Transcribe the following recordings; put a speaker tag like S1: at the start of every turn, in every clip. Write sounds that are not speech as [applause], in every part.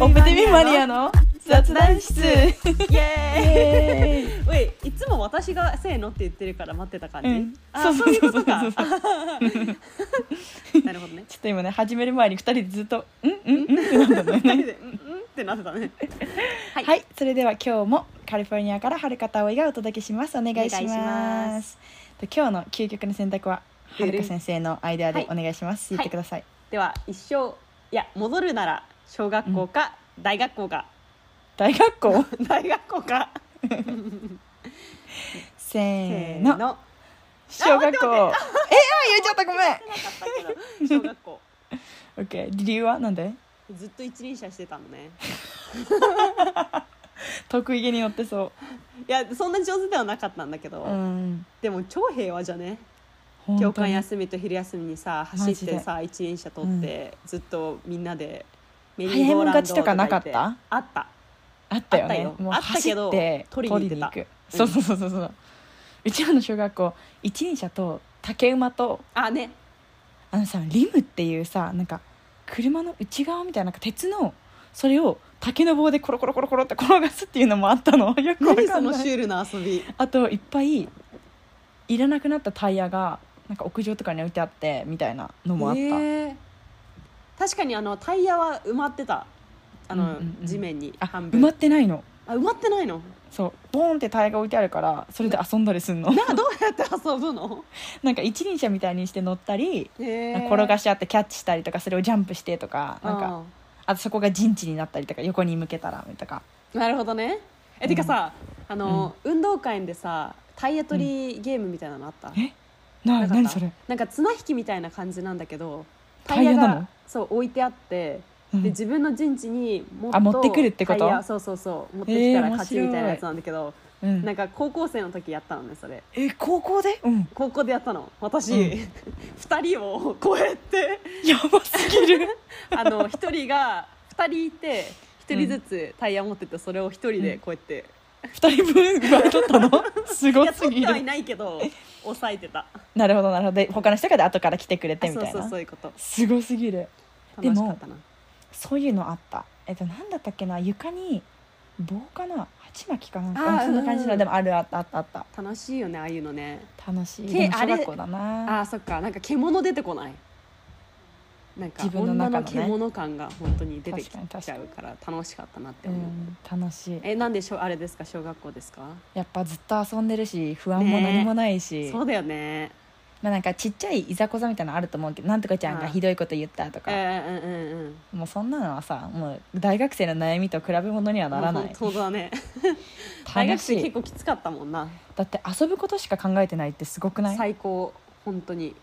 S1: オプティミマリアの雑談室。
S2: イエ
S1: エ
S2: ーイ。おい、いつも私がせーのって言ってるから待ってた感じ。
S1: うん
S2: あ、
S1: そ
S2: そうう
S1: そ
S2: いううこ
S1: そうそう
S2: とか。 [laughs] なるほどね。
S1: ちょっと今ね始める前に二人でずっと「うんうんうん」ってなったん
S2: 二
S1: だよ
S2: 人
S1: ね。
S2: でうんうんってなってたね。はい
S1: はい、それでは今日もカリフォルニアからはるかたおいがお届けします。お願いし
S2: お願いし
S1: ま。
S2: ます
S1: と今日の究極の選択ははるか先生のアイデアでお願いします。
S2: は
S1: 言っ
S2: い
S1: てください。
S2: では一生いや戻るなら小学校か大学校か、
S1: 大学校
S2: 大学校か。
S1: せ
S2: せ
S1: ー
S2: ー
S1: の
S2: の。
S1: 小学校。えあ言っちゃったごめん。
S2: 小学校。
S1: オッケー理由はなんで？ [laughs]
S2: ずっと一輪車してたのね。
S1: 得意げに乗ってそ
S2: いやそんなに上手ではなかったんだけど、
S1: う。うん。
S2: でも超平和じゃね。
S1: 本当
S2: 教
S1: に
S2: 官休みと昼休みにさ走
S1: マ
S2: っ
S1: ジで
S2: てさ一輪車取って、ずっとみんなでメリ
S1: 早いもん勝ちと
S2: 言
S1: かな
S2: て
S1: かった
S2: あった
S1: あったよ
S2: あ
S1: ね
S2: ったよ
S1: もう
S2: あった
S1: 走
S2: けど
S1: って
S2: 取りに行ってた
S1: 取そうそうそうそうそううちらの小学校一輪車と竹馬と
S2: あね
S1: あのさリムっていうさなんか車の内側みたいななんか鉄のそれを竹の棒でコロコロコロコロって転がすっていうのもあったの [laughs] よくわ
S2: 何
S1: か
S2: そ
S1: ん
S2: の
S1: な
S2: シ
S1: い
S2: ュールな遊び
S1: あといっぱいいらなくなったタイヤがなんか屋上とかに置いてあってみたいなのもあった、
S2: えー確かにあのタイヤは埋まってたあの、
S1: うんうんうん
S2: 地面に
S1: あ
S2: 半
S1: 埋
S2: 分
S1: まってないの
S2: あ埋まってないの [laughs]
S1: そうボーンってタイヤが置いてあるからそれで遊んだりすんの
S2: あどうやって遊ぶの、
S1: [laughs] なんか一輪車みたいにして乗ったり
S2: え
S1: 転が
S2: し
S1: し合ってキャッチしたりとかそれをジャンプしてとかなんかあとそこが陣地になったりとか横に向けたらとか
S2: なるほどねえてかさ、あの、運動会でさタイヤ取りゲームみたいなのあった、
S1: え
S2: な
S1: な
S2: かった
S1: 何それ
S2: なんか綱引きみたいな感じなんだけど
S1: タイヤなの
S2: がそう置いてあって、
S1: うん
S2: で自分の陣地にもっ
S1: あ持ってくるってこと
S2: タイヤそうそうそう持ってきた
S1: えー
S2: ら勝ち
S1: 面白い
S2: みたいなやつなんだけど、
S1: うん
S2: なんか高校生の時やったのねそれ
S1: え高校でうん
S2: 高校でやったの私、
S1: う
S2: [laughs] 二
S1: ん
S2: 2人を超え
S1: [laughs]
S2: て
S1: やばすぎ [laughs] る
S2: あの1人が2人いて1人ずつタイヤ持っててそれを1人でこうやって、
S1: 二人分奪い取ったの [laughs] すご
S2: いや
S1: す
S2: 取っ
S1: ぎ
S2: てはい
S1: る
S2: ないけど抑えて
S1: [laughs]
S2: た
S1: なるほどなるほどで他の人がで後から来てくれ
S2: あ
S1: てみ
S2: そう
S1: たい
S2: そう
S1: な
S2: そういうこと
S1: すごすぎるで
S2: 楽
S1: も
S2: しかったな
S1: そういうのあったえっとなんだったっけな床に棒かな鉢巻きかなん
S2: あー
S1: かそんな感じ
S2: うんう
S1: の
S2: ん
S1: でもあるあったあったあった
S2: 楽しいよねああいうのね
S1: 楽しい
S2: け
S1: でも
S2: あ
S1: 小
S2: れ
S1: 学校だな
S2: あーそっかなんか獣出てこないなんか
S1: 自分の
S2: 女
S1: 中のね
S2: の獣感が本当に出てき
S1: 確かに
S2: ちゃうから楽しかったなって
S1: う
S2: 思う、
S1: ん楽しい
S2: えなんでしょあれですか小学校ですか、
S1: やっぱずっと遊んでるし不安も何もないし、
S2: そうだよね
S1: まあなんかちっちゃいいざこざみたいなのあると思うけどなんとかちゃんがひどいこと言ったと
S2: う
S1: か、
S2: んうんうんうん
S1: もうそんなのはさもう大学生の悩みと比べ物にはならない
S2: もう本当だね大
S1: 楽
S2: 学
S1: し
S2: 生結
S1: い
S2: 構きつかったもんな
S1: だって遊ぶことしか考えてないってすごくない、
S2: 最高本当に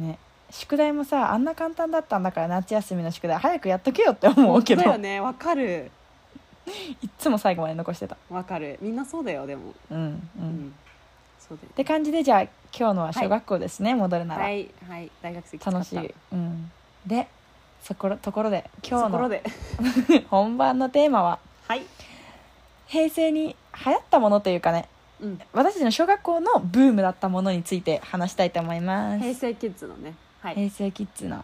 S1: ね、宿題もさあんな簡単だったんだから夏休みの宿題早くやっとけよって思うけど
S2: 本当だよねわかる
S1: いっつも最後まで残してた
S2: わかるみんなそうだよでも
S1: うんうん、
S2: うん、
S1: っ
S2: そうだよ
S1: て感じでじゃあ今日のは小学校ですね、戻るなら、
S2: はいはい大学生きつかった
S1: 楽しい、うん、でそころところで今
S2: と
S1: 日
S2: ころ
S1: の
S2: で
S1: [laughs] 本番のテーマは
S2: はい
S1: 平成に流行ったものというかね
S2: うん
S1: 私たちの小学校のブームだったものについて話したいと思います
S2: 平成キッズのねはい
S1: 平成キッズの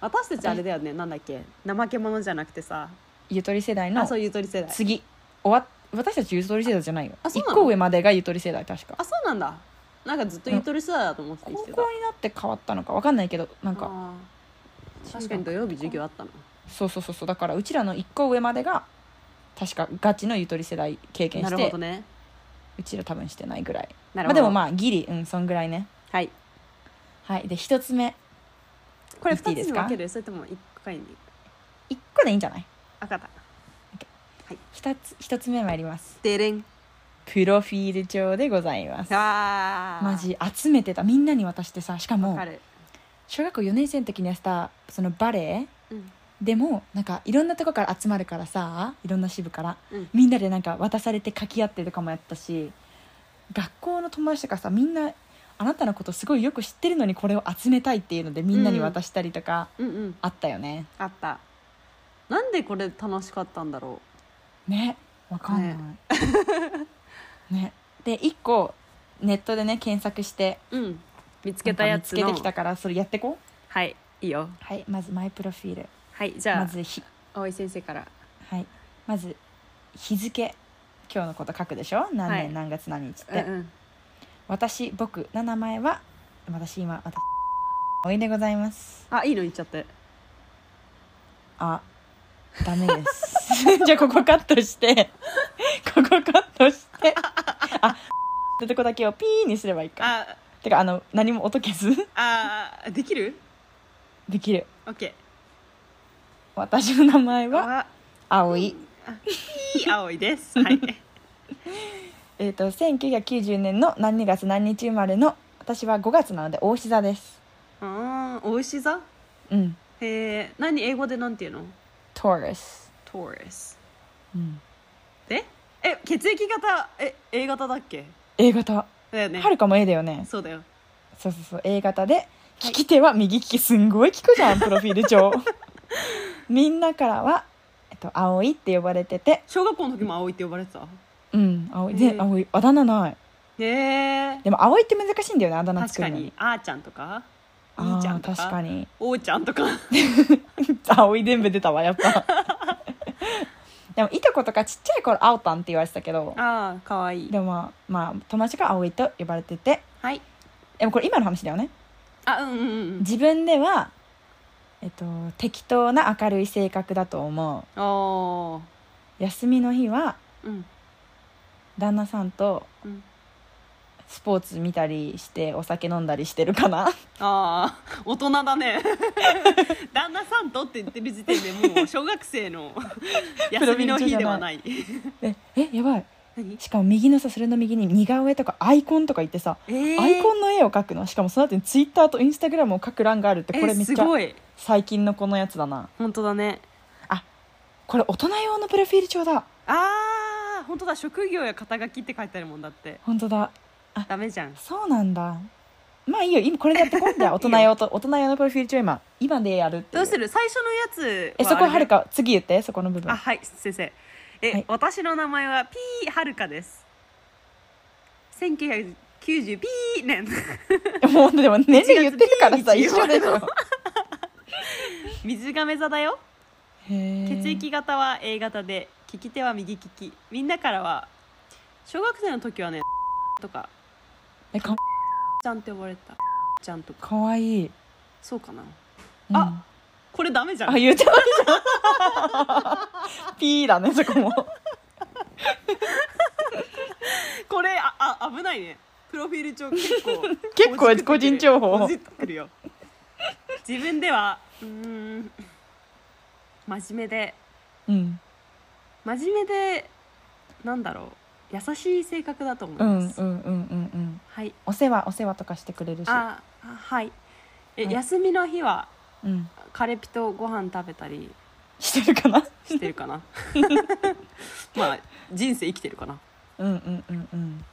S2: 私たちあれだよねなんだっけ怠け者じゃなくてさ
S1: ゆとり世代
S2: あ
S1: の
S2: そうゆとり世代
S1: 次終わ私たちゆとり世代じゃないよ
S2: あそう
S1: 一
S2: なの
S1: 個上までがゆとり世代確か
S2: あそうなんだなんかずっとゆとり世代だと思って
S1: 高
S2: 生き
S1: 校
S2: て
S1: に
S2: た
S1: なって変わったのか分かんないけどなんか
S2: あー確かに土曜日授業あったの
S1: そうそうそうそうだからうちらの一個上までが確かガチのゆとり世代経験
S2: な
S1: し
S2: るほ
S1: て、
S2: どね
S1: うちら多分してないぐらい
S2: なる
S1: まあ
S2: ほ
S1: で
S2: ど
S1: もまあギリうんそんぐらいね
S2: はい
S1: はいで一つ目
S2: これ
S1: 言って
S2: 二
S1: いいで
S2: つ
S1: す
S2: に
S1: か
S2: 分けるそれとも一回に
S1: 一個でいいんじゃない
S2: あかった
S1: 一つ一つ目参ります
S2: デレン
S1: プロフィール帳でございます
S2: あー
S1: マジ集めてたみんなに渡してさしか
S2: わ
S1: も
S2: かる
S1: 小学校4年生の時にやってたそのバレエ
S2: うん
S1: でもなんかいろんなとこから集まるからさいろんな支部から
S2: うん
S1: みんなでなんか渡されて書き合ってとかもやったし学校の友達とかさみんなあなたのことすごいよく知ってるのにこれを集めたいっていうのでみんなに渡したりとか
S2: うんうん
S1: あったよね、
S2: あったなんでこれ楽しかったんだろ
S1: ねわかんない、 [laughs] ねで1個ネットでね検索して
S2: ううん見つけたやつ
S1: なん
S2: の
S1: か見つけてきたからそれやってこう
S2: はいいいよ
S1: はいまずマイプロフィール
S2: はいじゃあ
S1: まずひ
S2: 葵先生から
S1: はい、まず日付今日のこと書くでしょ何
S2: はい
S1: 年何月何日って、
S2: うんうん
S1: 私僕の名前は私今私おいでございます
S2: あいいの言っちゃって
S1: あダメです
S2: [laughs]
S1: じゃあここカットしてここカットしてあってとこだけをピーにすればいいか
S2: あ
S1: てかあの何も音消す
S2: あできる
S1: できる
S2: ?OK
S1: 私の名前は
S2: はい
S1: 葵
S2: い葵です
S1: [laughs]
S2: はい
S1: えっ、と1990年の何月何日生まれの私は5月なので大志座です
S2: あーおいし座
S1: うん
S2: へえ何英語でなんていうの
S1: トーレス、
S2: トーレス
S1: うん、
S2: でえ血液型え A 型だっけ
S1: A 型
S2: だよね
S1: はるかも A だよね
S2: そうだよ
S1: そうそうそう A 型で利き手は右利きすんごい聞くじ
S2: [laughs]
S1: ゃんプロフィール帳みんなからは、えっと、葵って呼ばれてて
S2: 小学校の時も葵って呼ばれてた
S1: うん葵で、
S2: へえ
S1: 葵あだ名ない
S2: へえ
S1: でも葵って難しいんだよねあだ名
S2: 確
S1: 作
S2: か
S1: るの
S2: にあーちゃんとか
S1: あ
S2: いいちゃん
S1: ー
S2: とか
S1: 確かに
S2: おーちゃんと
S1: [laughs]
S2: か
S1: 葵伝部出たわや
S2: [laughs]
S1: っぱでもいとことかちっちゃい頃あおたんって言われてたけど
S2: ああかわいい
S1: でもまあ、まあ、友達が葵と呼ばれてて
S2: はい
S1: でもこれ今の話だよね
S2: あうんうんうん
S1: 自分では、えっと、適当な明るい性格だと思う
S2: おー
S1: 休みの日は
S2: うん
S1: 旦那さんと
S2: うん
S1: スポーツ見たりしてお酒飲んだりしてる
S2: [laughs]
S1: かな
S2: ああ大人だ
S1: [laughs]
S2: ね旦那さんとって言ってる時点でもう小学生
S1: [laughs]
S2: の休みの日ではない
S1: でえやばい
S2: 何
S1: しかも右のさそれの右に似顔絵とかアイコンとか言ってさ、
S2: えー、
S1: アイコ
S2: ン
S1: ンの絵を描くのしかもその後にツイッターとインスタグラムを描く欄があるってこれめっち
S2: す
S1: ゃ
S2: ごい
S1: 最近のこのやつだな
S2: 本当だね
S1: これ大人用のプロフィール帳だ
S2: ああ本当だ職業や肩書きって書いてあるもんだって
S1: 本当だ
S2: ダメじゃん
S1: そうなんだまあいいよ今これでやってこ
S2: [laughs]
S1: んだ大人用と大人用のプロフィール帳今今でやるってい
S2: どうする最初のやつ
S1: えそこはる
S2: か
S1: か次言ってそこの部分
S2: あはい先生え、
S1: はい
S2: 私の名前はピーはるかです1990ピー年
S1: [laughs] もう本当でも年齢言ってるからさ
S2: 1
S1: 一
S2: 月
S1: 緒でしょ
S2: 水亀座だよ血
S1: 血
S2: 液型は A 型で利き手は右利きみんなからは小学生の時はねとか
S1: えか
S2: ちゃんって呼ばれてたちゃんとか
S1: かわいい、
S2: そうかな
S1: うん
S2: あこれダメじゃ
S1: あ
S2: ん
S1: 言っちゃダメじゃん [laughs] ピーだねそこも
S2: これああ危ないねプロフィール帳結構
S1: [laughs] 結構
S2: こじってくる
S1: 個人情報
S2: こじってくるよ自分ではうーん真面目で
S1: うん
S2: 真面目でなんだろう優しい性格だと思い
S1: うんうんう
S2: ま
S1: ん
S2: す、
S1: うんうん
S2: はい
S1: お世話お世話とかしてくれるし
S2: ああはいえ、
S1: はい
S2: 休みの日は
S1: うん
S2: カレピとご飯食べたり
S1: してるかな
S2: してるか [laughs] なまあ人生生きてるかな
S1: うんうんうんうん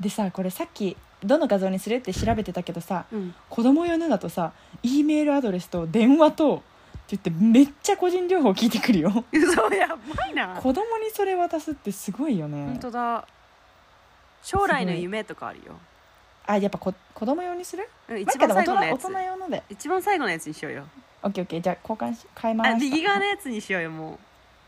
S1: でさこれさっきどの画像にするって調べてたけどさ
S2: うん
S1: 子供用のだとさ E メールアドレスと電話とって言ってめっちゃ個人情報聞いてくるよ
S2: そうやばいな
S1: 子供にそれ渡すってすごいよね
S2: 本当だ将来の夢とかあるよ、
S1: あやっぱこ子供用にする
S2: うん、
S1: まあ
S2: 一番
S1: けど大
S2: 最
S1: 人
S2: 後のや
S1: 大
S2: つ
S1: 人用ので
S2: 一番最後のやつにしようよ
S1: オッケーオッケーじゃあ交換し変えま
S2: あ
S1: す
S2: 右側のやつにしようよも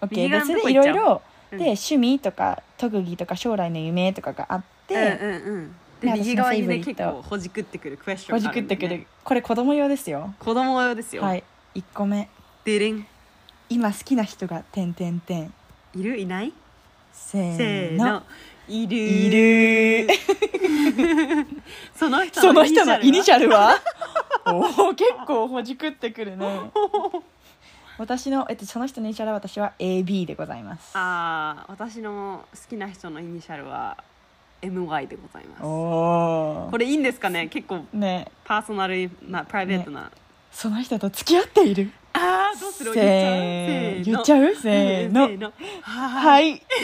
S1: オッケ
S2: 右
S1: ー
S2: 側
S1: で
S2: の
S1: そ
S2: と
S1: れ
S2: こ
S1: で
S2: 行っちゃ
S1: いろいうろ
S2: う
S1: で
S2: うん
S1: 趣味とか特技とか将来の夢とかがあっ
S2: う
S1: て
S2: んうんうん
S1: で
S2: で右側にね
S1: 私のフェイブリッ
S2: 結
S1: ト
S2: 構ほじくってくるクエスチョ
S1: ほ
S2: ン
S1: じ
S2: があ
S1: く
S2: る
S1: っ
S2: んで
S1: て
S2: ね
S1: くるこれ子供用ですよ
S2: 子供用ですよ、、
S1: はいい1個目
S2: デリン
S1: 今好きな人がてんてんてん
S2: いるいない
S1: せ
S2: せ
S1: ー
S2: ー
S1: の
S2: のいる
S1: いる
S2: その人
S1: その人のイニシ
S2: ャ
S1: ャルは [laughs] おお結構ほじくってくるね私の、えっと、その人のイニシャルは私は AB でございます
S2: ああ私の好きな人のイニシャルは MY でございますこ
S1: おお
S2: れいいんですかね結構
S1: ね
S2: パーソナルなプライベートな、
S1: その人と付き合っている
S2: ああどうする
S1: せー
S2: 言
S1: 言
S2: っ
S1: っ
S2: ち
S1: ち
S2: ゃう
S1: ゃうせーの
S2: せーのは
S1: はいい [laughs]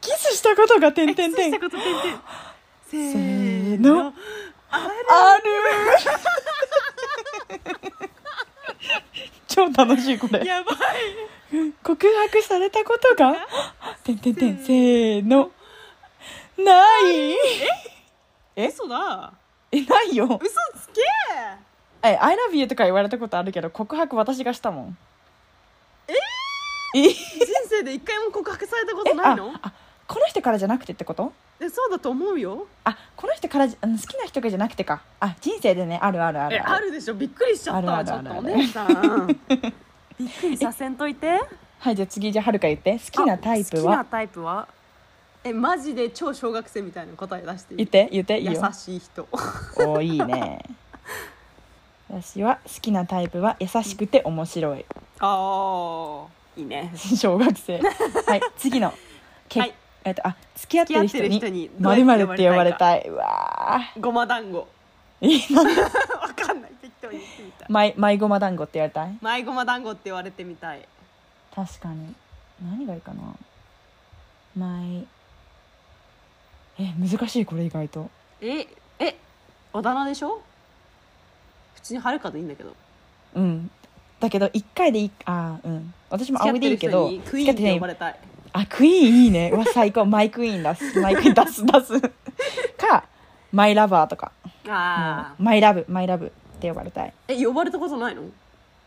S1: キスしたことがてんてん
S2: 失礼
S1: て
S2: した
S1: んある
S2: ことてんてんせ
S1: ーの
S2: ーの
S1: [laughs] 超楽しいこれ
S2: やばい
S1: 告白されたこと
S2: [laughs]
S1: がてんてんてんせーのない
S2: 嘘だ
S1: えないよ
S2: 嘘つけ
S1: え「I love you」とか言われたことあるけど告白私がしたもんええ
S2: 人生で一回も告白されたことないの
S1: ああこの人からじゃなくてってこと
S2: えそうだと思うよ
S1: あこの人からじうん好きな人からじゃなくてかあ人生でねあるあるあ
S2: え
S1: る
S2: あるでしょびっくりしちゃった
S1: あるあるある
S2: ちょっとお姉さ
S1: ある [laughs]
S2: んびっくりさせんといて
S1: はいじゃあ次じゃあはるか言って好きなタイプ
S2: あ好きな
S1: は
S2: タイプはえマジで超小学生みたいな答え出していい
S1: 言って言っていい
S2: 優
S1: よ
S2: しい人 [laughs]
S1: おーいいね私は好きなタイプは優しくて面白い
S2: ああいいね
S1: [laughs] 小学
S2: [laughs]
S1: 生はい次のけ、
S2: はい
S1: えっとあ付き合ってる人
S2: 付き合ってる人に
S1: に
S2: どう
S1: ま
S2: や
S1: る
S2: っ
S1: ま
S2: て
S1: る
S2: 呼ばれたいか
S1: って呼ばれたいうわー
S2: ごま団子 [laughs]
S1: えなんで
S2: わかんない適当に言ってみたい
S1: マイマイゴマ団子って言われたい
S2: 前ごま団子って言われてみたい
S1: 確かに何がいいかなマイえ難しいこれ意外と
S2: ええおだ名でしょ普通にはるかでいいんだけど
S1: うんだけど1回でいいあーうん私も
S2: 付き合
S1: 青
S2: っ
S1: いで
S2: て
S1: い
S2: る
S1: いけ
S2: 人
S1: ど
S2: にクイーンって呼ば
S1: れ
S2: れたい
S1: あクイーンいいねうわ最高 [laughs] マイクイーン出すマイクイーン出す出す [laughs] かマイラバーとか
S2: あ
S1: マイラブマイラブって呼ばれたい
S2: ーえ呼ばれたことないの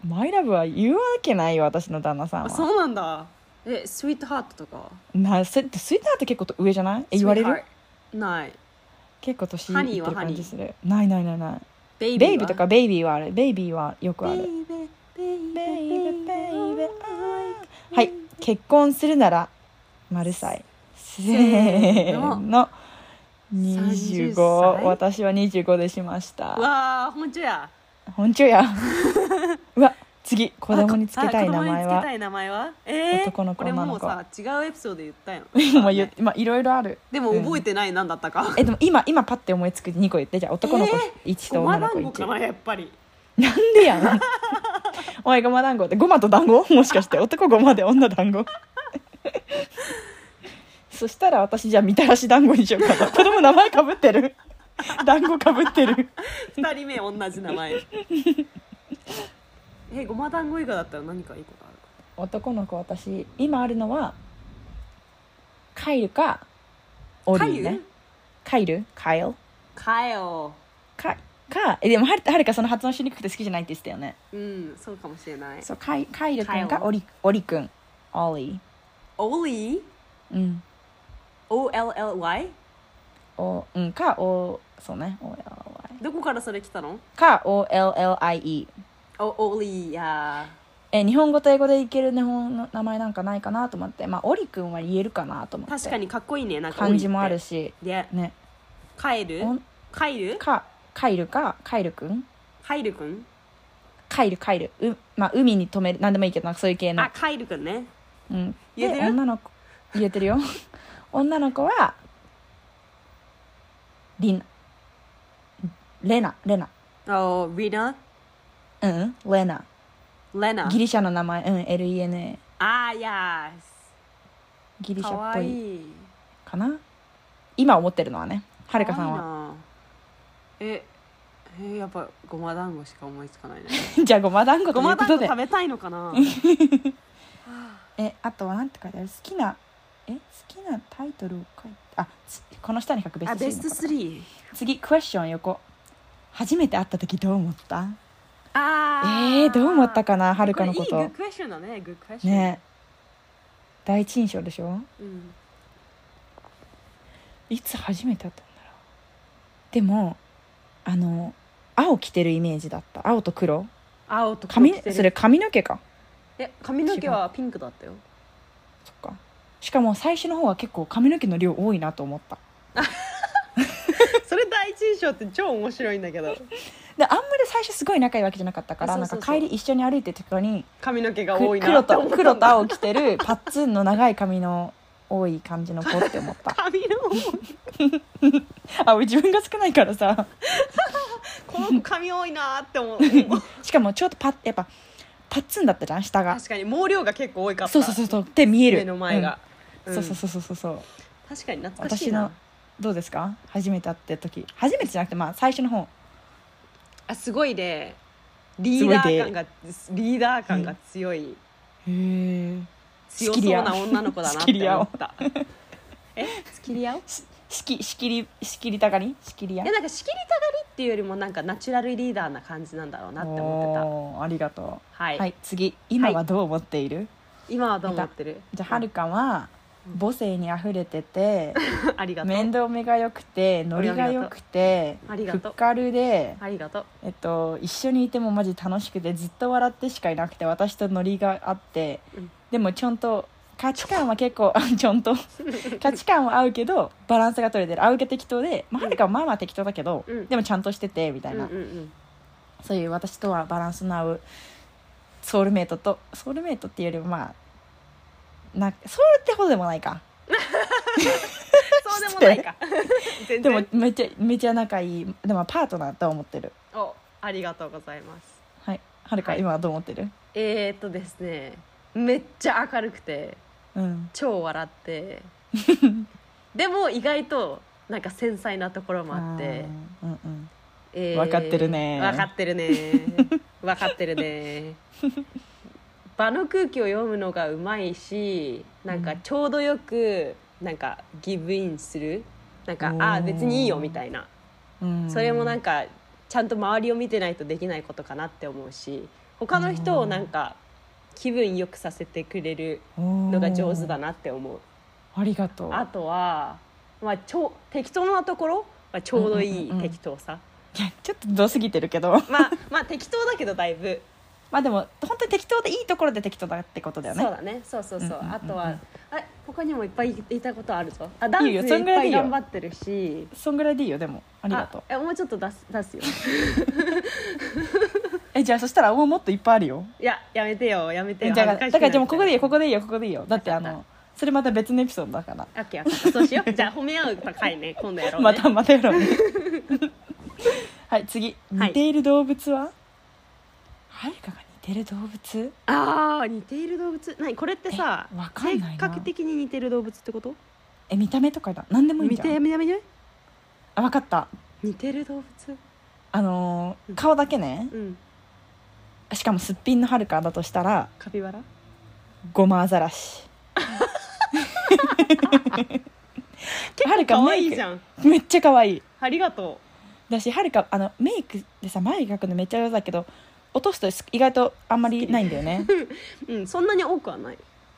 S1: マイラブは言うわけないよ私の旦那さん
S2: あ
S1: は
S2: そうなんだえスイートハートとか
S1: なせスイートハート結構と上じゃないえ言われる
S2: Sweetheart ない
S1: 結構年いっ
S2: ハ
S1: て
S2: ニーは
S1: る
S2: ハニー
S1: 感じするないないないない
S2: ベイビー
S1: ベイビーとかベイビーはあるベイビーはよくあ
S2: ベイ
S1: る
S2: ベーベイベ
S1: ベイビ
S2: ー
S1: ーベイビー
S2: ー
S1: はい結婚するなら丸歳せ
S2: ー
S1: ー
S2: の
S1: の
S2: 30
S1: 25
S2: 歳
S1: 私は25でしました
S2: わあ本当や
S1: 本
S2: [laughs]
S1: 中やうわ次子供につけたい
S2: あ子
S1: 名
S2: 供に
S1: 前
S2: つけ
S1: は
S2: たい名前はえー、
S1: 男の子
S2: これもう
S1: 女
S2: さ違うエピソードで言ったよ
S1: [laughs] もう言まあいろいろある
S2: でも覚えてない何だったか、
S1: [laughs] えでも今今パッて思いつく2個言ってじゃあ男の子1と
S2: ごま
S1: 女の
S2: 団子
S1: 子
S2: か
S1: 1
S2: なやっぱり
S1: なんでやん [laughs] お前ごま団子ってごまと団子 [laughs] もしかして男ごまで女団子 [laughs] そしたら私じゃあみたらし団子にしようかな子供名前かぶってる [laughs] 団子かぶってる
S2: 二人目同じ名前えごま団子以外だったら何かいいことあるか
S1: 男の子私今あるのはカイルかオリーねカイルカイル
S2: かよ
S1: かかえでもはるはるかその発音しにくくて好きじゃないって言ってたよね
S2: うんそうかもしれない
S1: そうカイカイル君
S2: カイ
S1: か
S2: ル
S1: オリオリ君オリ
S2: オリー
S1: ーうん
S2: OLLY
S1: おうんかおそうね OLI
S2: どこからそれ来たの
S1: か OLLIE
S2: おオリーや
S1: え日本語と英語でいける日本の名前なんかないかなと思ってまあオリ君は言えるかなと思って
S2: 確かにかっこいいねなんか
S1: 漢字もある
S2: し
S1: し
S2: で
S1: ね
S2: カエル
S1: おん
S2: カエル
S1: かカイルかカイル君
S2: カエルくん
S1: カイルカイルう、まあ、海に止めるなんでもいいけどなんかそういう系の
S2: あ、カエルくんね
S1: うん、
S2: 言えてる
S1: で女の子言えてるよ [laughs] 女の子はリナレナレナ
S2: おリナ
S1: うんレナ
S2: レナ
S1: ギリシャの名前うん LENA
S2: あーや
S1: ギ
S2: ー
S1: リシ
S2: か
S1: ャっ
S2: わ
S1: ぽ
S2: い
S1: い
S2: い
S1: かな今思ってるのはねは
S2: は
S1: るかさんは
S2: ええやっぱごま団子しか思いつかない
S1: [laughs]
S2: ね
S1: じゃあごま団子と
S2: ご
S1: い
S2: ま
S1: うこ
S2: 団
S1: と
S2: 子
S1: で
S2: 食べたいのかな
S1: えあとはなんて書いてある好きなえ好きなタイトルを書いてあつこの下に書く
S2: [laughs]
S1: ベ
S2: あ
S1: スト
S2: ベ
S1: 3
S2: スト
S1: のこと
S2: 3
S1: 次クエスチョン横初めて会った時どう思った
S2: あー
S1: えー、どう思ったかなはるかのこ
S2: れいい
S1: と
S2: グックエスチョンだねグックエスチョン
S1: ね第一印象でしょ
S2: うん
S1: いつ初めて会ったんだろうでもあの青着てるイメージだった青と黒
S2: 青と黒
S1: 髪
S2: 着てる
S1: それ髪の毛か
S2: え髪の毛はピンクだったよ
S1: そっかしかも最初の方は結構髪の毛の量多いなと思った
S2: それ第一印象って超面白いんだけど
S1: であんまり最初すごい仲いいわけじゃなかったから
S2: そう
S1: なん
S2: そうそう
S1: か帰り一緒に歩いてる時に
S2: 髪の毛が多
S1: く
S2: いな
S1: 黒
S2: って思 [laughs]
S1: と
S2: った
S1: 黒と青着てるパッツンの長い髪の多い感じの子って思っ
S2: [laughs]
S1: た
S2: 髪の
S1: あ俺自分が少ないからさ
S2: この子髪多いなって
S1: [laughs]
S2: 思う確
S1: しかもちょっとパッやっぱパッツンだったじゃん下が
S2: かに毛量が結構多いかった
S1: そうそうそうそうって見える
S2: 目の前が、
S1: うんそうそう
S2: う
S1: そうそうそう
S2: 確かに懐かしい
S1: 私
S2: な
S1: のどうですか初めて会った時初めてじゃなくてまあ最初の方
S2: あすごいねリーダー感がリーダー感が強い、
S1: へえ
S2: 強そうな女の子だなっ
S1: 仕切り
S2: て
S1: 屋
S2: 思
S1: を
S2: ったえ仕切り屋を
S1: ししきしきりしきりたがりしきりや
S2: いやなんか仕切りたがりっっていうよりもなんかナチュラルリーダーな感じなんだろうなって思って
S1: おーありがとう
S2: たは、
S1: はいい、次今はどう思っている、
S2: 今はどう思ってる
S1: じゃあはるかは
S2: うん
S1: 母性にあふれてて、
S2: うん [laughs] ありがとう
S1: 面倒見が良くてノリが良くて
S2: ありが
S1: ふ
S2: と
S1: っ
S2: う
S1: かるで、
S2: ありがとう
S1: えっと、一緒にいてもマジ楽しくてずっと笑ってしかいなくて私とノリがあって、
S2: うん
S1: でもちょんと価値観は結構 [laughs] あちょん
S2: [laughs]
S1: と価値観は合うけどバランスが取れてる合うけ適当で、まあ、はるかはまあまあ適当だけど、
S2: うん
S1: でもちゃんとしててみたいな、
S2: うんうんうん
S1: そういう私とはバランスの合うソウルメイトとソウルメイトっていうよりもまあなソウルってほどでもないか
S2: そうでもないか [laughs] 全然
S1: でもめっちゃめっちゃ仲いいでもパートナーと思ってる
S2: おありがとうございます
S1: はいはるか、
S2: はい
S1: 今はどう思ってる
S2: えー、っとですねめっちゃ明るくて
S1: うん
S2: 超笑って [laughs] でも意外となんか繊細なところもあって
S1: あーうんうん
S2: え
S1: わかってるね
S2: 分かってるね [laughs] 分かってるね場の空気を読むのがうまいしなんかちょうどよくなんかギブインするなんか
S1: おー
S2: ああ別にいいよみたいな
S1: うん
S2: それもなん
S1: か
S2: かちゃんと周りを見てないとできないことかなって思うし他の人をなんか気分よくさせてくれるの
S1: の
S2: が上手だなって思う
S1: ありがとう
S2: あとは、まあ、ちょ適当なところはちょうどい
S1: うんうんう
S2: い
S1: ん
S2: 適当さ、
S1: いやちょっとどすぎてるけど [laughs]
S2: まあまあ適当だけどだいぶ
S1: まあでも本当に適当でいいところで適当だってことだよね
S2: そうだねそうそうそう,、
S1: うんうんうんうん
S2: あとはあれ他にもいっぱい言いたいことあるぞあダンス
S1: いいよそ
S2: い
S1: ん
S2: っ
S1: ぐら
S2: ぱ
S1: いでい
S2: い
S1: いよ
S2: 頑張ってるし
S1: そんぐらいでいいよでもありがとう
S2: えもうちょっと出す出すよ
S1: えじゃあそしたらもうもっといっぱいあるよ
S2: いややめてよやめて
S1: え
S2: よ
S1: じゃあ
S2: 恥ず
S1: だ
S2: しく
S1: か
S2: なっちゃ
S1: らで
S2: う
S1: もここでいいよここでいいよここでいいよだってあ
S2: わか
S1: のそれまた別のエピソードだから
S2: オッケーオッケーそうしよう
S1: [laughs]
S2: じゃあ褒め合う回ね今度やろう、ね、
S1: またまたやろうね [laughs] はい次
S2: はい
S1: 似ている動物ははるかが似てる動物
S2: あー似ている動物何これってさ
S1: えわかんないな
S2: 性格的に似てる動物ってこと
S1: え見た目とかだ何でもいいん
S2: 見
S1: じゃん
S2: て見た目ね
S1: あ分かった
S2: 似てる動物
S1: あのー顔だけね
S2: うん
S1: しかもすっぴんのはるかだとしたら
S2: カピバラ
S1: ゴマアザ
S2: [laughs]
S1: ラシ [laughs] はるか
S2: 可
S1: メ
S2: 愛
S1: イ
S2: い
S1: ク
S2: じゃん
S1: めっちゃ可愛い
S2: ありがと
S1: だしはるかあのメイクでさ眉毛描くのめっちゃ上手だけど落とすとす意外とあんまりないんだよね
S2: ううんそんなに多くはない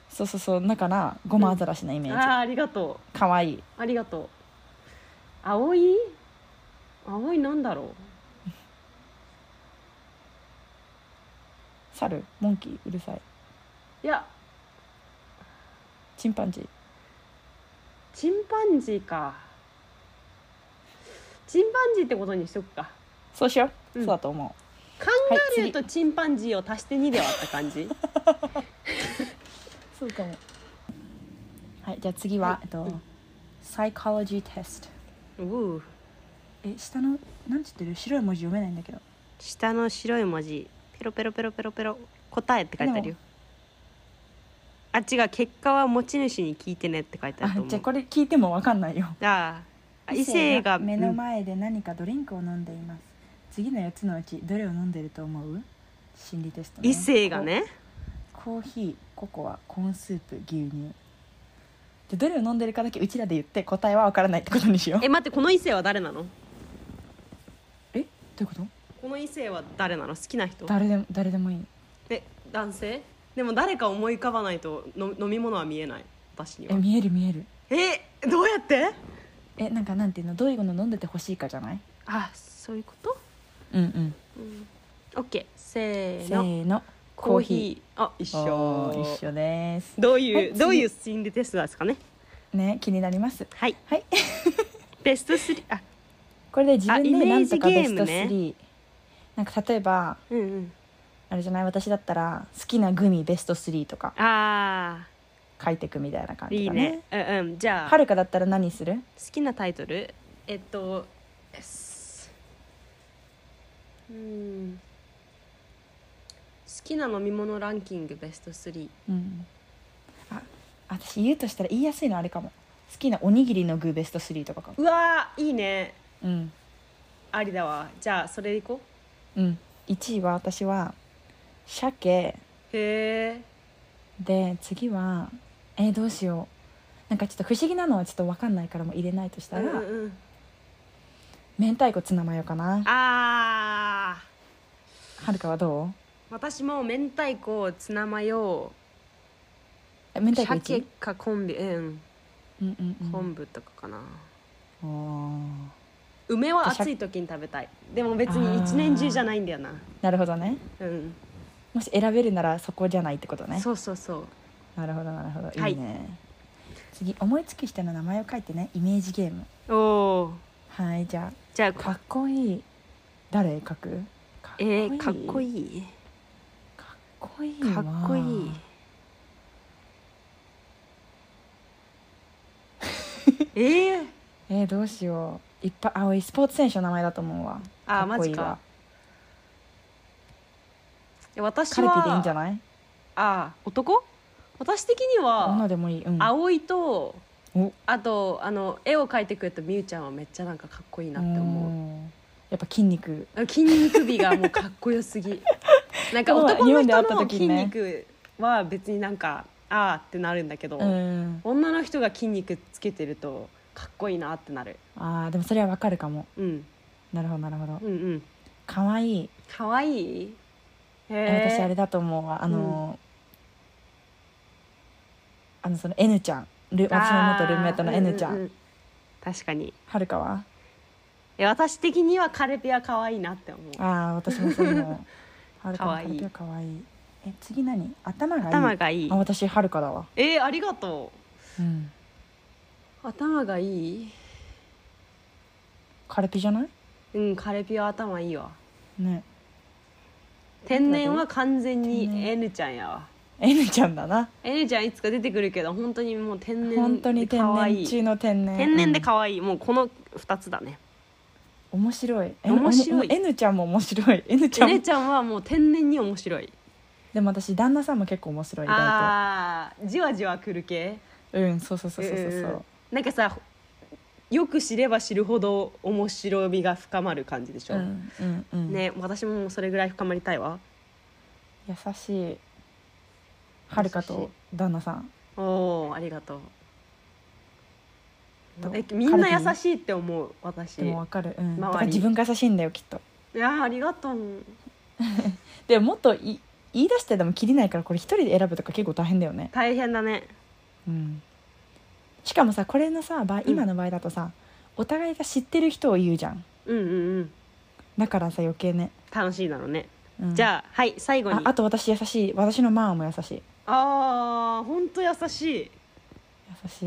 S1: そうそうそうだからゴマアザラシのイメージ
S2: あーありがと
S1: 可愛いう
S2: ありがとう葵葵なんだろ
S1: 猿モンキーうるさいう
S2: いや
S1: チンパンジー
S2: チンパンジーかチンパンジーってことにしとくか
S1: そうしよう、
S2: うん
S1: そうだと思
S2: カンガルーとチンパンジーを足して2で割った感じ
S1: うそうかもはいじゃあ次は、
S2: はい
S1: えっと、
S2: うん
S1: サイコロジーテスト
S2: おう
S1: え下のなんつってる白い文字読めないんだけど
S2: 下の白い文字ペロペロペロペロペロ答えって書いてあるよあ違う結果は持ち主に聞いてねって書いてあ
S1: あ
S2: ると思う
S1: じゃあこれ聞いてもわかんないよ
S2: ああ異性が
S1: 目の前で何かドリンクを飲んでいます、次の4つのうちどれを飲んでると思う心理テスト、
S2: うん異性がね
S1: コーヒーココアコーンスープ牛乳でどれを飲んでるかだけうちらで言って答えはわからないってことにしよう
S2: え待ってこの異性は誰なの
S1: えどういうこと
S2: この異性は誰なの好きな人
S1: 誰でも誰でもいい
S2: え男性でも誰か思い浮かばないとの飲み物は見えない私に
S1: え
S2: は
S1: 見える見える
S2: えどうやって
S1: えなんかなんていうのどういうの飲んでてほしいかじゃない
S2: あそういうこと
S1: うんうん
S2: オッケーせー
S1: せ
S2: の
S1: ーの
S2: コーヒーあ一
S1: お
S2: 緒
S1: ー一緒です
S2: どう
S1: はい
S2: いう
S1: 次
S2: どういう心理テストなんですかね
S1: ね気になります
S2: はい
S1: はい
S2: ベスト3あ
S1: これで自分
S2: あイ
S1: で
S2: メ
S1: な
S2: ー
S1: ん
S2: ジ
S1: とかベス
S2: ゲー
S1: ト
S2: ムね
S1: 3、なんか例えば
S2: うんうん
S1: あれじゃない私だったら好きなグミベスト3とか
S2: あ
S1: 書いてくみたいな感
S2: ー
S1: じ
S2: いい
S1: だね
S2: ねうんうんじゃあ
S1: はるかだったら何する
S2: 好きなタイトルえっとすうん好きな飲み物ランキングベスト3
S1: うんあ私言うとしたら言いやすいのあれかも好きなおにぎりの具ベスト3とかかも
S2: うわーいいね
S1: うん
S2: ありだわじゃあそれでいこ
S1: うん1位は私は鮭
S2: うへえ
S1: で次はえーどうしようなんかちょっと不思議なのはちょっと分かんないからもう入れないとしたら、
S2: うんうん
S1: 明太子ツナマヨかな
S2: あー
S1: はるかはど
S2: 私も明太子ツナマヨ
S1: うえ明太子
S2: 鮭
S1: 1
S2: かコンビうん
S1: うんうんうん
S2: 昆布とかかな、
S1: おー
S2: 梅は暑い時に食べたいでも別に一年中じゃないんだよな
S1: なるほどね
S2: うん、
S1: もし選べるならそこじゃないってことね
S2: そうそうそう
S1: なるほどなるほど
S2: はい
S1: いいね、次思いつく人の名前を書いてねイメージゲーム
S2: おお
S1: はいじゃ
S2: じゃあ
S1: あかっこいい誰書くかっこいい
S2: えー、かっこ
S1: い
S2: いい
S1: かっこいい
S2: か
S1: わ
S2: っこいい [laughs] えー、
S1: えー、どうしよういっぱいあおいスポーツ選手の名前だと思うわ
S2: あー
S1: っこい
S2: マジ
S1: いわ
S2: か私
S1: カル
S2: は
S1: ピでいいんじゃない
S2: あー男私的に
S1: 女
S2: は
S1: でもいいうん
S2: 葵と
S1: お
S2: あとあの絵を描いてくれたみゆちゃんはめっちゃなんかかっこいいなって思う
S1: うんやっぱ筋肉
S2: 筋肉美がもうかっこよす
S1: [laughs]
S2: ぎなんか
S1: そう
S2: 男の
S1: 日本で会
S2: 人
S1: った
S2: の
S1: 時
S2: 筋
S1: にね
S2: 肉は別になんかあーってなるんだけど、
S1: うん
S2: 女の人が筋肉つけてるとかっこいいなってなる、
S1: あーでもそれはわかるかも
S2: うん、
S1: なるほどなるほど
S2: うんうん
S1: かわいい
S2: かわいい
S1: え私あれ
S2: だ
S1: だと思うわあのーあのその N ちゃんル私の元ルームメイトの N ちゃん
S2: 確かに
S1: はるかは
S2: え私的にはカルピはかわいいなって思う
S1: ああ私もそう思 [laughs] うはるか
S2: か
S1: の
S2: わいい
S1: カルピはかわいいえ次何頭がいい
S2: 頭がいい
S1: あ私はるかだわ
S2: えー、ありがと
S1: うん
S2: う頭がいい
S1: カルピじゃない
S2: うんカルピは頭いいわ
S1: ね
S2: 天然は完全に
S1: 天然
S2: N ちゃんやわ
S1: N ちゃんだな
S2: N ちゃんいつか出てくるけど本当にもう天
S1: 本当
S2: 然で
S1: に天
S2: かわい
S1: 然
S2: い
S1: 中の天然
S2: 天然で
S1: わ
S2: 可愛い、もうこの2つだね
S1: いい、面白いえ
S2: 面白い
S1: おも N ちゃんも面白い N ちゃん
S2: N ちゃんはもう天然に面白い
S1: でも私旦那さんも結構面白い意外
S2: あーじわじわくる系
S1: とうんそうそうそうそうそうそう
S2: なんかさよく知れば知るほど面白みが深まる感じでしょ、
S1: うんうんうん
S2: ね私ももうそれぐらい深まりたいわ
S1: 優しいはるかと旦那さん
S2: おおありがとう
S1: どう
S2: えみんな優
S1: カル
S2: しいって思う私
S1: でもわかる、うん、
S2: 周り
S1: だから自分が優しいんだよきっと
S2: いやーありがとう
S1: でももっとい言い出してでも切りないからこれ一人で選ぶとか結構大変だよね、
S2: 大変だね
S1: うん、しかもさこれのさ場合
S2: うん
S1: 今の場合だとさ、お互いが知ってる人を言うじゃん
S2: うんうんうん
S1: だからさ余計ね、
S2: 楽しいだろうね、
S1: うん
S2: じゃあはい最後に
S1: ああと私優しい私のマーも優しい
S2: あーほんと優し
S1: 優し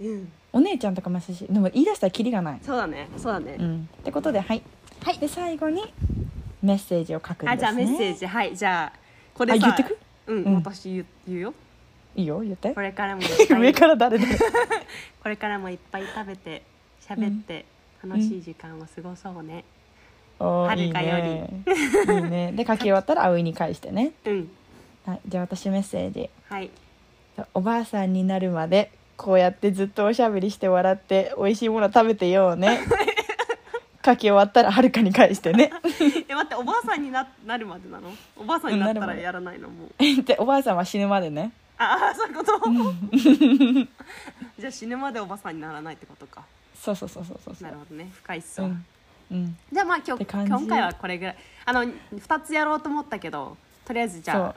S1: い
S2: い、うん、
S1: お姉ちゃんとかも優しいでも言い出したらキリがない、
S2: そうだねそうだね、
S1: うん、ってことではい、
S2: はい
S1: で最後にメッセージを書くんです、ね、
S2: あじゃあメッセージはいじゃあこれ
S1: あ
S2: さ
S1: 言ってく
S2: うん、
S1: うん
S2: 私言う言うよ
S1: いいよ言って
S2: これからも
S1: 上から
S2: [laughs]
S1: 誰だよ
S2: これからもいっぱい食べて喋って楽しい時間を過ごそうね
S1: お
S2: は
S1: ーい
S2: る
S1: い
S2: かよ
S1: ねいいねで書き終わったら葵に返してね
S2: うん、
S1: はいじゃあ私メッセージ
S2: はい
S1: おばあさんになるまでこうやってずっとおしゃべりして笑って美味しいもの食べてよ
S2: [laughs]
S1: うね書き終わったらはるかに返してね
S2: え待っておばあさんにななるまでなのおばあさんになった
S1: うん
S2: ら
S1: なるまで
S2: やらないのもう
S1: でおばあさんは死ぬまでね
S2: ああそういうこと [laughs] じゃあ死ぬまでおばさんにならないってことか
S1: そうそうそうそうそうそ
S2: なる
S1: う
S2: ほどね深いっす
S1: う
S2: わ、
S1: んうん
S2: じゃあまあ今
S1: っ
S2: 日
S1: て感じ
S2: 今回はこれぐらいあの2つやろうと思ったけどとりあえずじ
S1: そ
S2: ゃ
S1: う
S2: あ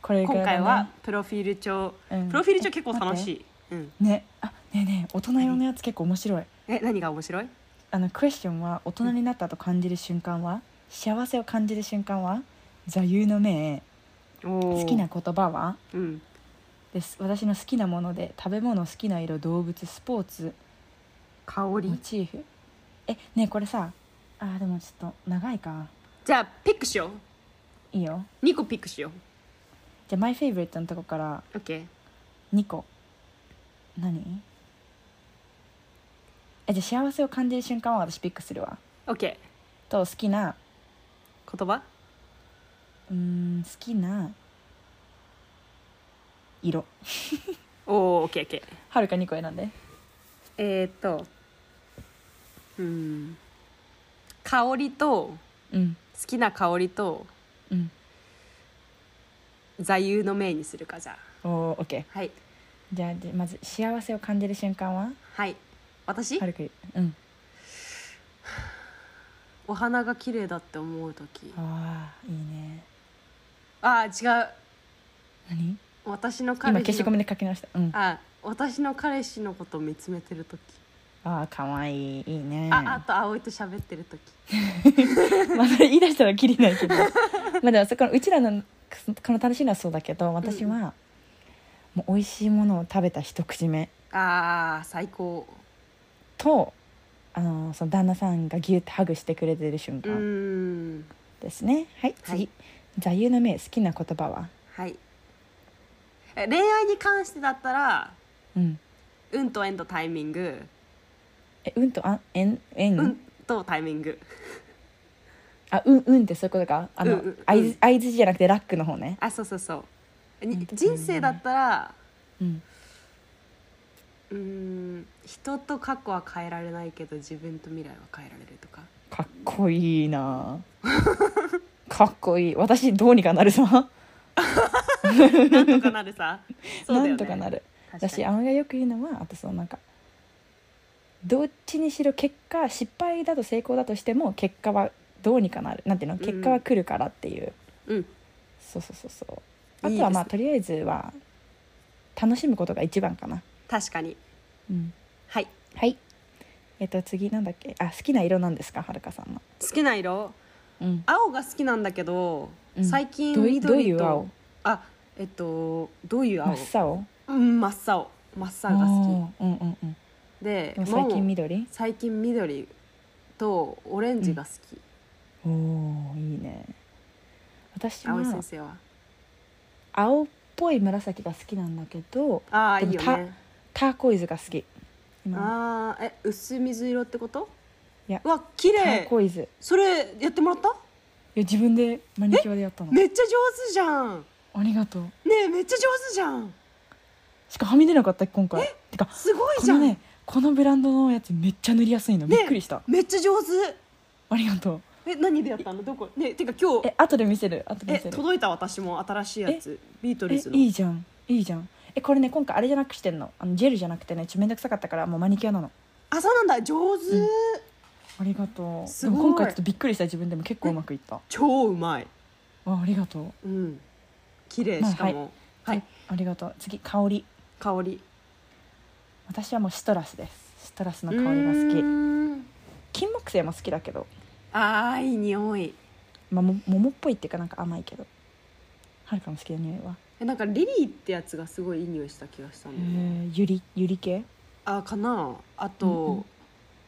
S1: これぐ
S2: 今
S1: らいだね
S2: 回はプロフィール帳、
S1: うん
S2: プロフィール帳結構楽しい、うん、
S1: ねあねえねえ大人用のやつ結構面白い
S2: え何が面白い
S1: あのクエスチョンは大人になったと感じる瞬間は幸せを感じる瞬間は座右の銘
S2: 好
S1: 好きな言葉は
S2: うん
S1: です私の好きなもので食べ物好きな色動物スポーツ
S2: 香
S1: モ
S2: り
S1: チーフえねえこれさあーでもちょっと長いか
S2: じゃあピックしよう
S1: いいよ
S2: 2個ピックしよ
S1: じゃあマイフェイブリットのとこから
S2: う OK
S1: 2個何えじゃあ幸せを感じる瞬間は私ピックするわ
S2: OK 言
S1: と好きな
S2: 葉
S1: うーん好きな色
S2: おお OKOK
S1: はるか2個選んで
S2: えー、っとうん香りと
S1: うん
S2: 好きな香りと
S1: うん
S2: 座右の銘にするかじゃあ
S1: おおオッケー
S2: はい
S1: じゃあじゃあまず幸せを感じる瞬間は
S2: はい私
S1: はるかうん
S2: お花が綺麗だって思う時
S1: ああいいね
S2: あー違う
S1: 何
S2: 私の彼氏
S1: 今
S2: の
S1: 消しゴムで書き直したうんあ
S2: あ私の彼氏のことを見つめてる時、
S1: あかわいいいいね
S2: ああと葵と喋ってる時
S1: [laughs] まあそれ言い出したらきりない
S2: [laughs]
S1: けどまあでもそこのうちらのこの楽しいのはそうだけど私は、
S2: うん
S1: もう美味しいものを食べた一口目
S2: あー最高
S1: とあのその旦那さんがギュッとハグしてくれてる
S2: う
S1: 瞬
S2: ー
S1: 間
S2: ん
S1: ですね、はい次、
S2: はい
S1: 座右の銘好きな言葉は
S2: はいえ恋愛に関してだったら
S1: うん
S2: 運と縁とタイミング、
S1: えうんとあえんえん、
S2: 運とタイミング
S1: あうんうんってそういうことかあの、
S2: うんうんうん
S1: 相づ相づちじゃなくてラックの方ね
S2: あそうそうそうに
S1: うんとタイミ
S2: 人
S1: ング
S2: 生だったら
S1: うん
S2: うーん人と過去は変えられないけど自分と未来は変えられるとか
S1: かっこいいなあかっこいい私どうにかなるさ、
S2: なんとかなる
S1: [laughs]
S2: さそうだよ
S1: な
S2: ね
S1: んとかなる
S2: 確か
S1: だ
S2: に
S1: し葵がよく言うのはあとそのなんかどっちにしろ結果失敗だと成功だとしても結果はどうにかなるなんていうの
S2: うん
S1: 結果は来るからっていう、
S2: うん
S1: そうそうそうそう
S2: いいです
S1: あとはまあとりあえずは楽しむことが一番かな
S2: 確かに
S1: うん
S2: はい
S1: はいえっと次なんだっけあ好きな色なんですかはるかさんの
S2: 好きな色
S1: うん
S2: 青が好きなんだけど、
S1: うん
S2: 最近
S1: どうい
S2: 緑と
S1: どういう青
S2: あえっとどういう青
S1: 真っ青
S2: うん真っ青真っ青が好
S1: きうんうんうん
S2: きで
S1: でも最近
S2: もう
S1: 緑
S2: 最近緑とオレンジが好き、
S1: おおいいね私は
S2: 青い先生は
S1: 青っぽい紫が好きなんだけど
S2: ああ
S1: で
S2: いい
S1: も
S2: よ
S1: た
S2: ね
S1: ターコイズが好き
S2: あ
S1: 今
S2: あえ薄水色ってこと
S1: いや
S2: うわ綺
S1: ター
S2: 麗
S1: コイズいや
S2: それやってもらった
S1: 自分でマニキュアでやったの
S2: めっちゃ上手じゃん
S1: ありがとう
S2: ねえめっちゃ上手じゃん
S1: しかもはみ出なかった今回てか
S2: すごい
S1: こ
S2: じゃ
S1: の
S2: ん、
S1: ねこのブランドのやつめっちゃ塗りやすいのび
S2: ね
S1: っくりした
S2: めっちゃ上手
S1: ありがとう
S2: え何でやったのどこねてか今日
S1: え後で見せる後で
S2: え
S1: 見せる
S2: 届いた私も新しいやつビートルズの
S1: えいいじゃんいいじゃんえこれね今回あれじゃなくしてんのあのジェルじゃなくてねちょっとめんどくさかったからもうマニキュアなの
S2: あそうなんだ上手、
S1: うんありがとう
S2: すごい
S1: でも今回ちょっとびっくりした自分でも結構うまくいった
S2: 超うまい
S1: あありがと
S2: う
S1: う
S2: ん綺麗
S1: まあ
S2: しかもはい、
S1: ありがとう次香り
S2: 香り
S1: 私はもうシトラスですシトラスの
S2: の
S1: 香りが
S2: 好
S1: 好き
S2: き
S1: 金木犀も好きだけど
S2: あーいい匂い
S1: まあ、も桃っぽいっていうかなんか甘いけどはるかの好きな匂いは
S2: えなんかリリーってやつがすごいいい匂いした気がしたんだよね
S1: ゆりゆり系
S2: あかなあと、
S1: うんうん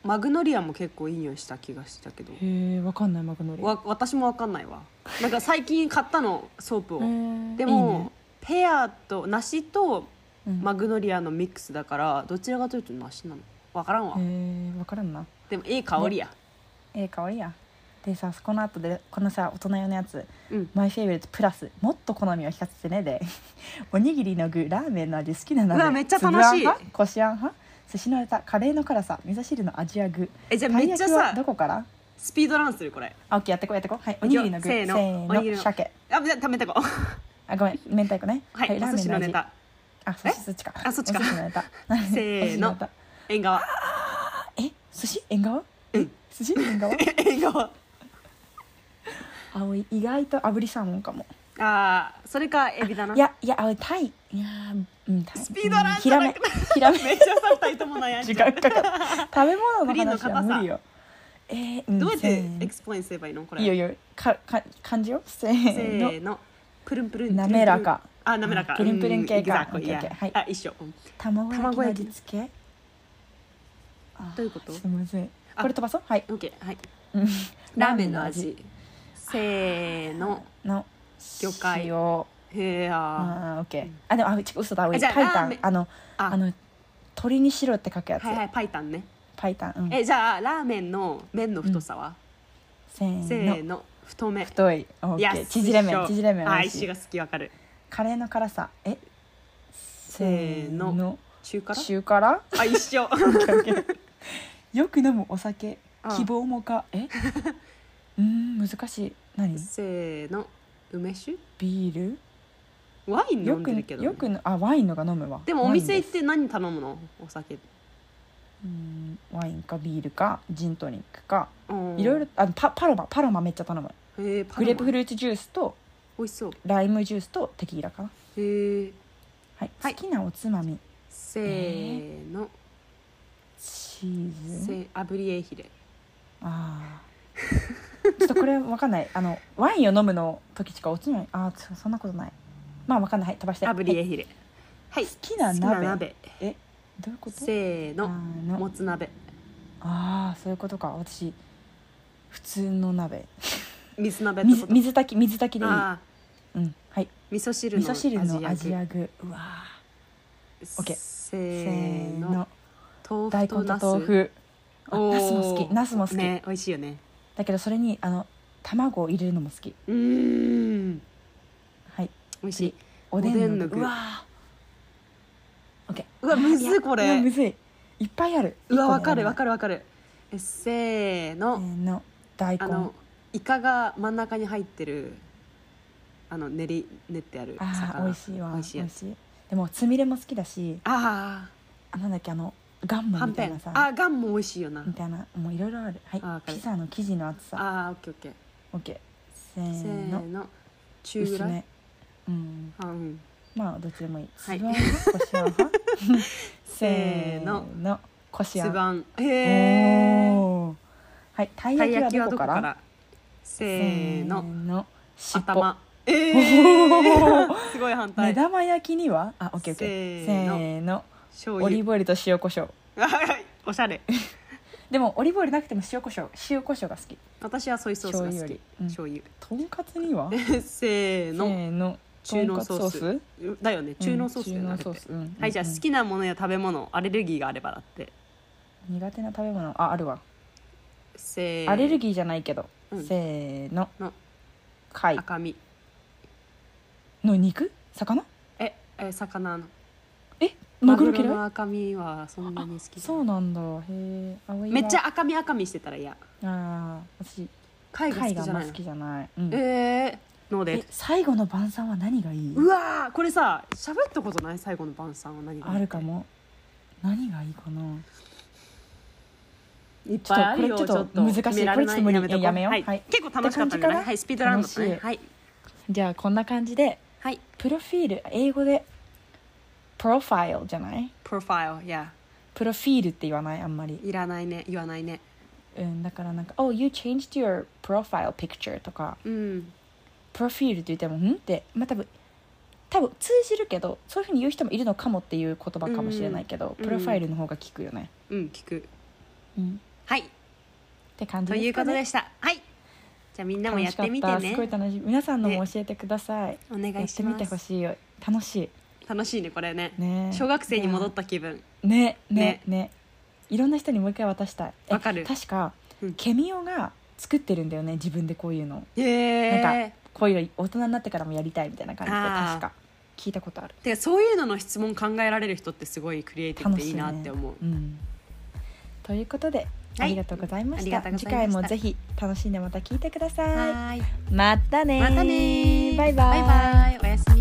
S2: マグノリアも結構いい匂いした気がしたけど
S1: へえわかんないマグノリア
S2: わ私もわかんないわなんか最近買ったのソープを、で
S1: で
S2: もペアと梨と
S1: いい、ねうん
S2: マグノリアのミックスだからどちらかというと梨なのわからんわ、
S1: へえわからんな
S2: でもいい香りや、
S1: ええ香りやでさこの後でこのさ大人用のやつ
S2: うん
S1: マイフェイブリットプラスもっと好みを聞かせてねで [laughs] おにぎりの具ラーメンの味好きな
S2: うわ
S1: 鍋
S2: めっちゃ楽しい
S1: つぶあん派こしあん派寿司のネタカレーの辛さ味噌汁の味や具
S2: えじゃあ
S1: た
S2: め
S1: い
S2: っ
S1: 焼
S2: ちゃ
S1: きは
S2: さ
S1: どこから
S2: スピードランするこれ
S1: あオッケーやってこうやってこうはいお
S2: い
S1: に
S2: くよ
S1: ぎりの具
S2: せーのおにぎりの
S1: 鮭
S2: あじゃあ食べたこう
S1: あごめん明太子ね
S2: [laughs] はい、お寿司のネタ
S1: あそっちそっちか
S2: あそっちか
S1: お寿司のネタ
S2: せーの
S1: お寿司ネタ
S2: 縁
S1: [laughs]
S2: 側
S1: え寿司縁側え
S2: うん
S1: 寿司縁側
S2: 縁側
S1: 葵意外と炙りサーモンかも
S2: あーそれかエビだない
S1: やいや葵タイいやーうんタイ
S2: スピードラン
S1: ヒ
S2: じゃ
S1: ラ
S2: な
S1: メ
S2: くな [laughs]
S1: ヒラメ
S2: めっちゃさ二人とも悩ん
S1: [laughs] 時
S2: じゃう
S1: 間かかった
S2: [laughs]
S1: 食べ物の
S2: 栗の
S1: 話
S2: 硬さ
S1: は無理よえーうん
S2: どうやっ
S1: せ
S2: て
S1: ーの
S2: エクスプレインすればいいのこれ
S1: いいよいいよかか漢字よせ
S2: せ
S1: ー
S2: ー
S1: の
S2: のプルンプルン
S1: 滑らか
S2: あ滑らか
S1: プルンプルン系か
S2: うん exactly,
S1: オッケーオッケー
S2: yeah
S1: はい
S2: あ一緒うん
S1: 卵焼きの
S2: 卵焼
S1: 味
S2: き
S1: 付けあー
S2: どういうこと
S1: ちょっとむずい
S2: あ
S1: これ飛ばそうはい
S2: OK はい [laughs] ラ
S1: ラ
S2: ーメンの味せーの
S1: の
S2: 魚介
S1: 塩あ
S2: へえあ
S1: ーオッケ
S2: う
S1: ー
S2: ん
S1: あでもあちょ嘘だ俺
S2: あじゃ
S1: パ
S2: あ
S1: イ
S2: ラ
S1: タ
S2: ーメ
S1: ン
S2: ン
S1: あの
S2: あ
S1: あの鶏に白って書くやつ、
S2: はいはいパイタンね
S1: パイタン、うん、
S2: えじゃあラーメンの麺の太さは
S1: せーの
S2: せーの太め
S1: 太いオッ
S2: い
S1: ケ
S2: や
S1: ー縮れ麺縮れ麺
S2: あ
S1: 美味し
S2: 一緒
S1: い
S2: が好きわかる
S1: カレーの辛さえせ
S2: ーの中辛
S1: 中辛
S2: あ一
S1: [laughs]
S2: 緒
S1: よく飲むお酒
S2: あ
S1: 希望もか
S2: [laughs]
S1: えうーん難しい何
S2: せーの梅酒
S1: ビー
S2: ワイン
S1: ル
S2: 飲
S1: よ
S2: ん
S1: く
S2: でるけどね
S1: よくのあワインのが飲むわ
S2: でもお店
S1: ワイン
S2: 行っ
S1: す
S2: て何頼むのお酒
S1: うんワインかビールかジントニックか
S2: うん
S1: いろいろあパパロマパロマめっちゃ頼む
S2: へえパ
S1: グレープフ
S2: ル
S1: ルーツジュースと
S2: 美味しそう
S1: ライムジュースとテキーラかな、
S2: へえ
S1: はい
S2: はい
S1: 好きなおつまみ
S2: せーの、
S1: チーズ
S2: せー、炙りエイヒレ
S1: ああちょっとこれわかんないあのワインを飲むの時しかおつまみああそんなことないまあわかんないはい飛ばして
S2: 炙りエ
S1: え
S2: イヒレはい
S1: 好きな鍋えどういうこと
S2: せー
S1: あ
S2: の
S1: の
S2: もつ鍋
S1: あーそういうことか私普通の鍋
S2: 水鍋って
S1: 水
S2: こと
S1: 水炊き水炊きでいい、
S2: あ
S1: うん、はい
S2: ー味噌汁
S1: 味
S2: の
S1: 噌汁のア
S2: 味
S1: ジ
S2: 焼
S1: アグうわ
S2: き
S1: オッケー
S2: せ
S1: ーせ
S2: ー
S1: ー
S2: の
S1: の
S2: 豆
S1: 大
S2: 腐
S1: 根
S2: とナス
S1: と豆腐あ
S2: お
S1: ナス
S2: ー
S1: も好きナスも好き、
S2: ね美味しいよね
S1: だけどそれにあの卵を入れるのも好き
S2: うーん
S1: はい
S2: 美味しい
S1: おでんの
S2: おでんの具
S1: うわーオッケー
S2: うわむずい
S1: いや
S2: これ
S1: いやむずいいっぱいある
S2: うわわかるわ
S1: る
S2: かるわかるえせーの、
S1: の大根
S2: あのイカが真ん中に入ってるあの練り練ってある
S1: あー
S2: 魚
S1: 美味しいわ
S2: 美味しい
S1: 美
S2: や
S1: 味
S2: つ
S1: しいでもつみれも好きだし
S2: あ
S1: あなんだっけあのガン
S2: あ
S1: マ
S2: は
S1: み
S2: ん
S1: た
S2: ぺ
S1: いなんさ
S2: あーガンも美味しいよな
S1: みたいなもういろいろあるはい
S2: あわかる
S1: ピザの生地の厚さ
S2: ああオッケーオッケー
S1: オッケーせ
S2: せ
S1: ー
S2: ー
S1: の
S2: の中ぐ
S1: 薄
S2: らい
S1: めうん
S2: あうん
S1: まあどっちでもいいつば
S2: はい
S1: んこ
S2: [laughs]
S1: しあん派せー
S2: せ
S1: のこし
S2: つ
S1: あん
S2: ばんへえ
S1: おーはいたい
S2: たい
S1: 焼
S2: 焼
S1: き
S2: き
S1: は
S2: は
S1: ど
S2: ど
S1: こ
S2: こ
S1: か
S2: かららせーの
S1: 尻尾
S2: 頭え
S1: [laughs]
S2: ーすごい反
S1: 目
S2: 対
S1: 玉焼きにはあオッケーオッケー
S2: せ
S1: せ
S2: ーの
S1: ーの
S2: 醤
S1: オリー
S2: 油
S1: ブオイルと塩コショウ
S2: [laughs] おしゃれ
S1: でもオリーブオイルなくても塩コショウ塩コショウが好き
S2: 私はソイソースが
S1: 醤油
S2: 好
S1: より
S2: き
S1: うん
S2: 醤油
S1: とんかつには
S2: [laughs] せー
S1: せ
S2: の
S1: ーの
S2: 中濃ソース
S1: とんか
S2: だよね
S1: つ
S2: 中濃ソースだよ
S1: うん
S2: ねあれ
S1: 中濃ソ
S2: っ
S1: ー
S2: て
S1: スうん
S2: はいじゃあ
S1: うん
S2: 好きなものや食べ物アレルギーがあればだって
S1: 苦手な食べ物ああるわ
S2: せー
S1: アレルギーじゃないけど
S2: うん
S1: せーの
S2: の
S1: 貝
S2: 赤身
S1: の肉魚
S2: ええ魚の
S1: えマグロ
S2: マ
S1: 嫌い
S2: の赤身はそんなに好きじゃ
S1: そ
S2: ない
S1: うなんだへえ
S2: めっちゃ赤身赤身してたら嫌
S1: あー私
S2: 貝が好
S1: 貝
S2: き
S1: が
S2: じ
S1: あ
S2: ゃ
S1: んま
S2: ない
S1: 好
S2: の
S1: きじゃないうん
S2: えーの
S1: え
S2: で
S1: 最後の晩餐は何がいいう
S2: わーこれさ喋ったことない最後の晩餐は何が
S1: あるかも何がいいかない
S2: っぱいあるよ
S1: ちょっとこれちょっと難しい
S2: 決められな
S1: これちょっと無理
S2: やめとこう
S1: やめよう
S2: はい
S1: はい
S2: 結構楽しかったんじゃな
S1: って感じかない
S2: はいスピードランドだったね
S1: 楽しい
S2: はい
S1: じゃあこんな感じで
S2: はい
S1: プロフィール英語でプロファイルじゃない
S2: プロファイルいや
S1: プロフィールって言わないあんまり、
S2: いらないね言わないね
S1: うん、だからなんか「Oh you changed your profile picture」とか
S2: うん
S1: 「プロフィール」って言っても「ん?」ってまあ多分多分通じるけどそういうふうに言う人もいるのかもっていう言葉かもしれないけど、
S2: うん
S1: プロファイルの方が効くよね、
S2: うん聞く
S1: うん、
S2: はい
S1: って感じ
S2: と
S1: ですか、ね、
S2: いうことでしたはいじゃあみんなもやってみて
S1: 楽しかったすごい
S2: ね
S1: 楽しい皆さんのも教えてください、
S2: お願
S1: や
S2: い
S1: っ
S2: して
S1: み
S2: ま
S1: てほ
S2: す
S1: しいよ楽し
S2: 楽しいねこれね
S1: いね
S2: 小学生に戻った気分
S1: たねねね
S2: ね
S1: いろんな人にもう一回渡したいえ
S2: わかる
S1: 確か、
S2: うん
S1: ケミオが作ってるんだよね自分でこういうの
S2: へえ
S1: なんこういうの大人になってからもやりたいみたいな感じで
S2: あー
S1: 確か聞いたことある
S2: てかそういうのの質問考えられる人ってすごいクリエイティブ
S1: 楽
S2: でい
S1: しい
S2: い
S1: ね
S2: なって思う、
S1: うん、ということで
S2: い
S1: ありがとうございま
S2: あ
S1: し
S2: り
S1: た,、
S2: がとうございまし
S1: 次
S2: た
S1: 回もぜひ楽しんでまた聞いてください
S2: はーい
S1: またねー
S2: またねー
S1: バイバ
S2: バ
S1: イ
S2: イバイおやすみ